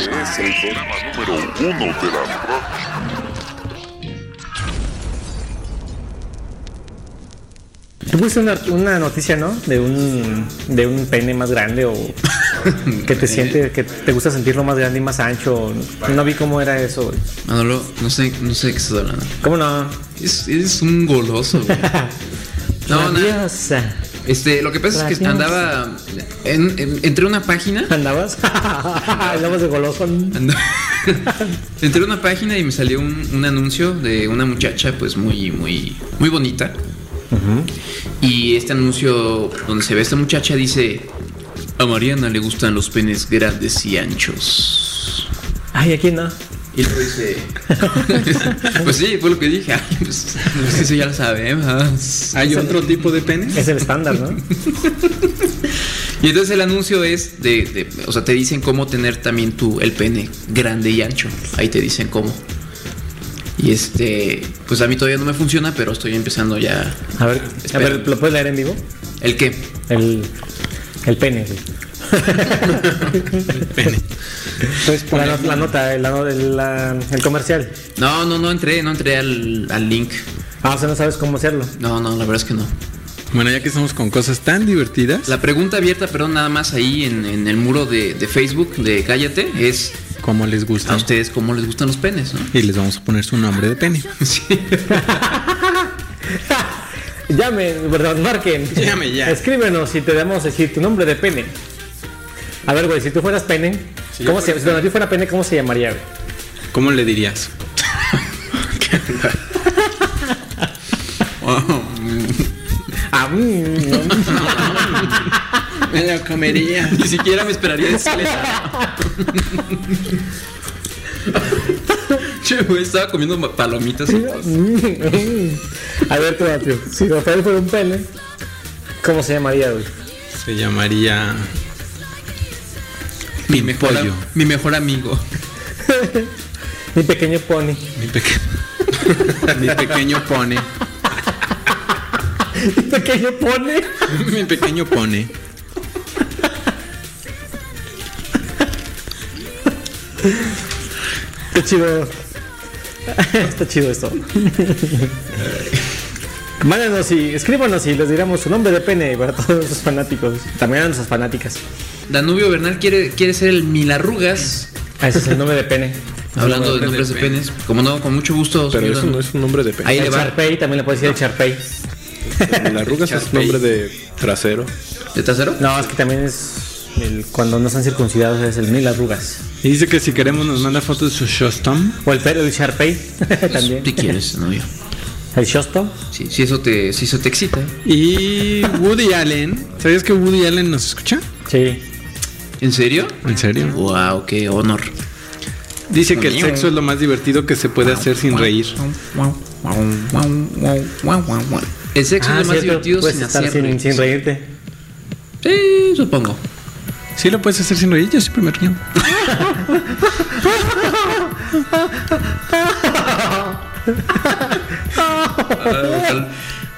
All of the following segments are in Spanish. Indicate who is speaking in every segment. Speaker 1: Este es el programa número uno de la radio.
Speaker 2: Tú pusiste una, una noticia, ¿no? De un, de un pene más grande o que te siente, que te gusta sentirlo más grande y más ancho. No vi cómo era eso, güey.
Speaker 3: Manolo, no sé, no sé de qué estás hablando.
Speaker 2: ¿Cómo no?
Speaker 3: Es, eres un goloso, güey. No, nada.
Speaker 2: Rabiosa.
Speaker 3: Este, lo que pasa es que
Speaker 2: Radios.
Speaker 3: andaba. en- en- entré a una página.
Speaker 2: ¿Andabas? Ah, Andabas de goloso.
Speaker 3: Ando- Entré a una página y me salió un, un anuncio de una muchacha, pues muy, muy, muy bonita. Y este anuncio, donde se ve a esta muchacha, dice: A Mariana le gustan los penes grandes y anchos.
Speaker 2: Ay, aquí no.
Speaker 3: Y luego dice: Pues sí, fue lo que dije. Ay, pues, pues eso ya lo sabemos.
Speaker 4: ¿Hay otro tipo de pene?
Speaker 2: Es el estándar, ¿no?
Speaker 3: Y entonces el anuncio es de, de- o sea, te dicen cómo tener también tu el pene grande y ancho. Ahí te dicen cómo. Y este, pues a mí todavía no me funciona, pero estoy empezando ya.
Speaker 2: A ver, a
Speaker 3: Espera.
Speaker 2: ver, ¿lo puedes leer en vivo?
Speaker 3: ¿El qué?
Speaker 2: El, el pene, güey.
Speaker 4: Entonces,
Speaker 2: La,
Speaker 4: poner-
Speaker 2: no- la nota, el, la no- el- la- el comercial.
Speaker 3: No, no, no entré, no entré al, al link.
Speaker 2: Ah, o sea, no sabes cómo hacerlo.
Speaker 3: No, no, la verdad es que no.
Speaker 4: Bueno, ya que estamos con cosas tan divertidas,
Speaker 3: La pregunta abierta, perdón, nada más ahí en, en el muro de, de Facebook de Cállate es
Speaker 4: como les
Speaker 3: a
Speaker 4: gusta.
Speaker 3: ustedes cómo les gustan los penes, ¿no?
Speaker 4: Y les vamos a poner su nombre de pene.
Speaker 3: Sí.
Speaker 2: Llamen, perdón, marquen.
Speaker 4: Llame ya.
Speaker 2: Escríbenos y te damos decir tu nombre de pene. A ver, güey, si tú fueras pene,
Speaker 4: Si
Speaker 2: ¿cómo se,
Speaker 4: yo fuera
Speaker 2: si Donald Trump fuera pene, ¿cómo se llamaría? güey?
Speaker 4: ¿Cómo le dirías?
Speaker 2: Ah, mm, no.
Speaker 4: Me lo comería.
Speaker 3: Ni siquiera me esperaría decirle Che, güey, estaba comiendo ma- palomitas. y todo.
Speaker 2: mm, A ver, tú, Donald Trump, si Rafael fuera un pene, ¿cómo se llamaría, güey?
Speaker 4: Se llamaría.
Speaker 3: Mi mejor,
Speaker 4: pollo.
Speaker 3: am- mi mejor amigo.
Speaker 2: Mi pequeño pony.
Speaker 4: Mi, peque- mi pequeño pone.
Speaker 2: Mi pequeño pony.
Speaker 4: Mi pequeño pone.
Speaker 2: Está chido. Está chido esto. Mándanos y escríbanos y les diremos su nombre de pene para todos sus fanáticos. También a nuestras fanáticas.
Speaker 3: Danubio Bernal quiere, quiere ser el Milarrugas.
Speaker 2: Ah, ese es el nombre de pene.
Speaker 3: Hablando de
Speaker 4: de
Speaker 3: nombres de
Speaker 4: pene.
Speaker 3: penes. Como no, con mucho gusto.
Speaker 5: Pero
Speaker 3: señor
Speaker 5: eso
Speaker 3: Dan-
Speaker 5: no es un nombre de pene.
Speaker 3: Ahí le
Speaker 2: El
Speaker 3: va.
Speaker 2: Charpey, también le puedes decir el Charpey.
Speaker 5: La arrugas es nombre de trasero.
Speaker 3: ¿De trasero?
Speaker 2: No, es que también es el, cuando no están circuncidados es el mil arrugas.
Speaker 4: Y dice que si queremos nos manda fotos de su Shostom.
Speaker 2: O el pelo, el Charpey también.
Speaker 3: ¿Qué quieres, Danubio?
Speaker 2: El Shosto.
Speaker 3: Sí, si, eso te, si eso te excita.
Speaker 4: Y Woody Allen. ¿Sabías que Woody Allen nos escucha?
Speaker 2: Sí.
Speaker 3: ¿En serio?
Speaker 4: ¿En serio?
Speaker 3: Wow, qué honor.
Speaker 4: Dice que el sexo es lo más divertido que se
Speaker 3: Ah,
Speaker 4: puede hacer sin reír.
Speaker 3: El sexo es lo más
Speaker 2: Ah, cierto,
Speaker 3: divertido
Speaker 2: puedes
Speaker 3: sin
Speaker 2: estar
Speaker 3: hacer.
Speaker 2: sin, sin reírte.
Speaker 3: Sí, supongo.
Speaker 4: Sí lo puedes hacer sin reír, yo siempre me río.
Speaker 3: Ojalá, Ah,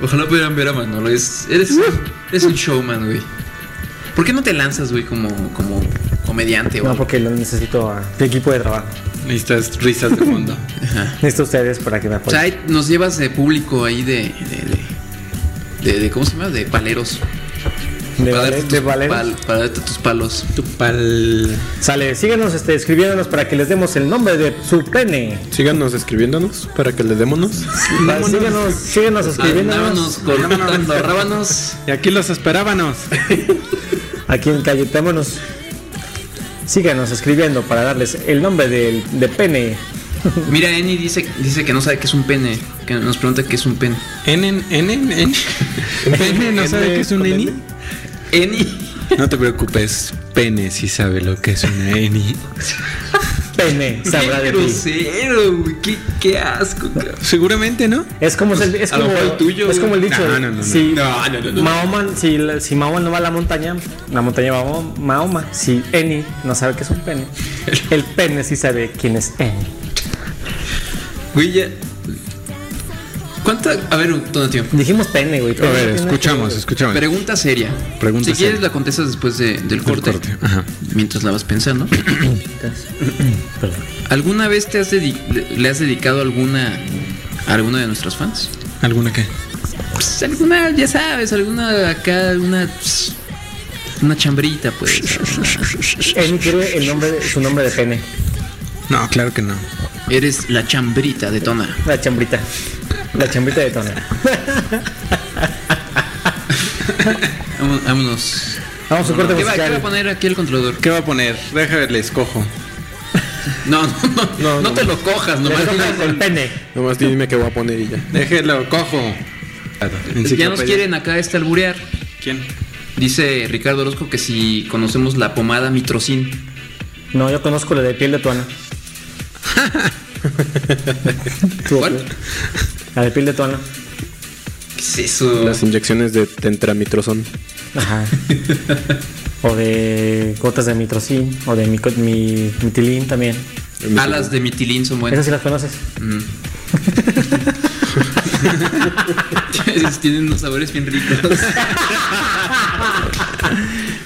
Speaker 3: ojalá pudieran ver a Manolo. Es, eres, eres un showman, güey. ¿Por qué no te lanzas, güey, como, como comediante o
Speaker 2: No,
Speaker 3: algo?
Speaker 2: porque lo necesito a mi equipo de trabajo.
Speaker 4: Necesitas risas de fondo.
Speaker 3: Ajá.
Speaker 2: Necesito a ustedes para que me
Speaker 3: O
Speaker 2: apoyen.
Speaker 3: sea, ahí nos llevas de público ahí de. de, de, de- de- ¿Cómo se llama? De paleros.
Speaker 2: De valer-
Speaker 3: para, darte
Speaker 2: de
Speaker 3: tus
Speaker 2: valer.
Speaker 3: pal- para darte tus palos.
Speaker 4: Tu pal.
Speaker 2: Sale, síganos este, escribiéndonos para que les demos el nombre de su pene.
Speaker 5: Síganos escribiéndonos para que le démonos.
Speaker 2: Para- Síganos, síganos
Speaker 3: Rábanos,
Speaker 2: escribiéndonos.
Speaker 3: cortando rábanos.
Speaker 4: Y aquí los esperábamos.
Speaker 2: Aquí en Cayetémonos. Síganos escribiendo para darles el nombre del de pene.
Speaker 3: Mira, Eni dice, dice que no sabe qué es un pene. Que nos pregunta qué es un pene.
Speaker 4: N, N, N, N. Pene, ¿no sabe qué es un N?
Speaker 3: Eni.
Speaker 4: No te preocupes, Pene sí sabe lo que es una N.
Speaker 2: Pene, sabrá
Speaker 3: qué
Speaker 2: de ti.
Speaker 3: grosero, güey. Qué, qué asco, cabrón.
Speaker 4: Seguramente, ¿no?
Speaker 2: Es como el, es
Speaker 3: A lo
Speaker 2: como,
Speaker 3: mejor el tuyo,
Speaker 2: es como el
Speaker 4: güey.
Speaker 2: dicho.
Speaker 4: No, no, no, no.
Speaker 2: si
Speaker 4: No, no, no, no.
Speaker 2: Mahoma, si, la- si Mahoma no va a la montaña, la montaña va a Mahoma. Si Eni no sabe qué es un pene, el pene sí sabe quién es Eni.
Speaker 3: Güey, ya. ¿Cuánto? A ver, Donatio.
Speaker 2: Dijimos pene, güey.
Speaker 5: A ver, escuchamos, escuchamos.
Speaker 3: Pregunta seria.
Speaker 5: Pregunta
Speaker 3: si quieres
Speaker 5: seria.
Speaker 3: la contestas después de- del corte.
Speaker 5: corte, ajá.
Speaker 3: Mientras la vas pensando. ¿Alguna vez te has dedi- le has dedicado alguna a alguno de nuestros fans?
Speaker 5: ¿Alguna qué?
Speaker 3: Pues alguna, ya sabes, alguna acá, alguna pss, una chambrita, pues.
Speaker 2: Él quiere el nombre, de- su nombre de pene.
Speaker 5: No, claro que no.
Speaker 3: Eres la chambrita de Tona.
Speaker 2: La chambrita. La chambrita de Tona.
Speaker 3: Vámon- Vámonos.
Speaker 2: Vamos a un corte
Speaker 3: ¿Qué va, qué va a
Speaker 2: musical.
Speaker 3: poner aquí el controlador?
Speaker 4: ¿Qué va a poner? Déjame le escojo.
Speaker 3: No, no, no, no, te lo cojas, nomás.
Speaker 2: Con el pene.
Speaker 5: Nomás dime qué voy a poner y ya.
Speaker 4: Déjelo, cojo.
Speaker 3: Ya nos quieren acá este alburear.
Speaker 4: ¿Quién?
Speaker 3: Dice Ricardo Orozco que si conocemos la pomada mitrocin.
Speaker 2: No, yo conozco la de piel de Tuana.
Speaker 3: ¿Cuál?
Speaker 2: La de piel de Tuana.
Speaker 3: ¿Qué es eso?
Speaker 5: Las inyecciones de tentramitrozón.
Speaker 2: Ajá. O de gotas de mitrocin. O de mico- mi, mitilín también.
Speaker 3: Alas de mitilín son
Speaker 2: Esas
Speaker 3: buenas.
Speaker 2: sí las conoces.
Speaker 3: Mm. Tienen unos sabores bien ricos.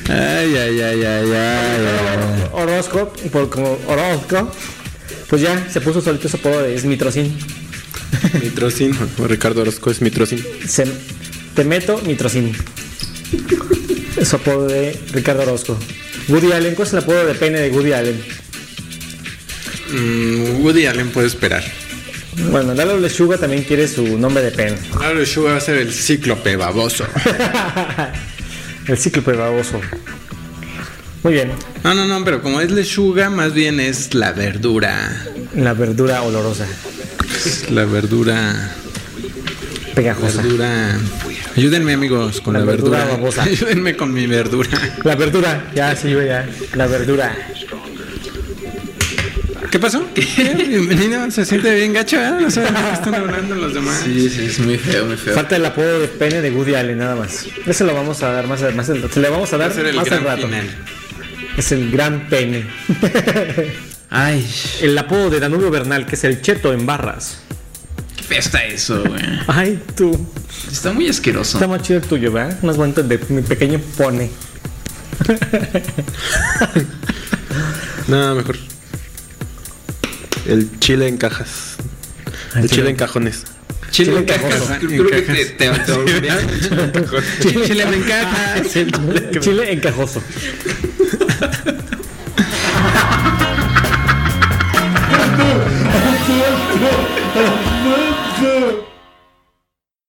Speaker 5: Ay, ay, ay, ay, ay.
Speaker 2: Orozco, por como Orozco, pues ya se puso solito su apodo de es mitrocin.
Speaker 5: ay. Mitrozin. Ricardo Orozco es mitrozin.
Speaker 2: Se, te meto mitrocin. Es su apodo de Ricardo Orozco. Woody Allen, ¿cuál es el apodo de pene de Woody Allen?
Speaker 4: Mm, Woody Allen puede esperar.
Speaker 2: Bueno, Lalo Lechuga también quiere su nombre de pene.
Speaker 4: Claro, Sugar va a ser el cíclope baboso.
Speaker 2: El cíclope baboso. Muy bien.
Speaker 4: No, no, no, pero como es lechuga, más bien es la verdura.
Speaker 2: La verdura olorosa,
Speaker 4: Es La verdura.
Speaker 2: pegajosa.
Speaker 4: Verdura. Ayúdenme, amigos, con
Speaker 2: La
Speaker 4: la,
Speaker 2: verdura
Speaker 4: verdura.
Speaker 2: babosa.
Speaker 4: Ayúdenme con mi verdura.
Speaker 2: La verdura, ya sí, güey, ya. La verdura.
Speaker 4: ¿Qué pasó? ¿Qué? Bienvenido, se siente bien gacho, ¿eh? No sé de qué están hablando los demás.
Speaker 3: Sí, sí, es muy feo, muy feo.
Speaker 2: Falta el apodo de pene de Woody Allen, nada más. Ese lo vamos a dar más, más el, se le vamos a
Speaker 4: Va
Speaker 2: dar
Speaker 4: a ser el
Speaker 2: más al
Speaker 4: gran
Speaker 2: rato.
Speaker 4: final.
Speaker 2: Es el gran pene.
Speaker 3: Ay,
Speaker 2: el apodo de Danubio Bernal, que es el cheto en barras.
Speaker 3: qué feo está eso, güey.
Speaker 2: Ay, tú.
Speaker 3: Está muy asqueroso.
Speaker 2: Está más chido el tuyo, ¿verdad? Más bonito el de mi pequeño pone.
Speaker 5: No, mejor. El chile en cajas. El chile en cajones.
Speaker 4: Chile en
Speaker 2: cajoso.
Speaker 4: cajas.
Speaker 3: Creo que
Speaker 4: en
Speaker 3: te,
Speaker 4: cajas.
Speaker 3: te, te
Speaker 4: Chile Chile en cajas.
Speaker 2: Chile encajoso.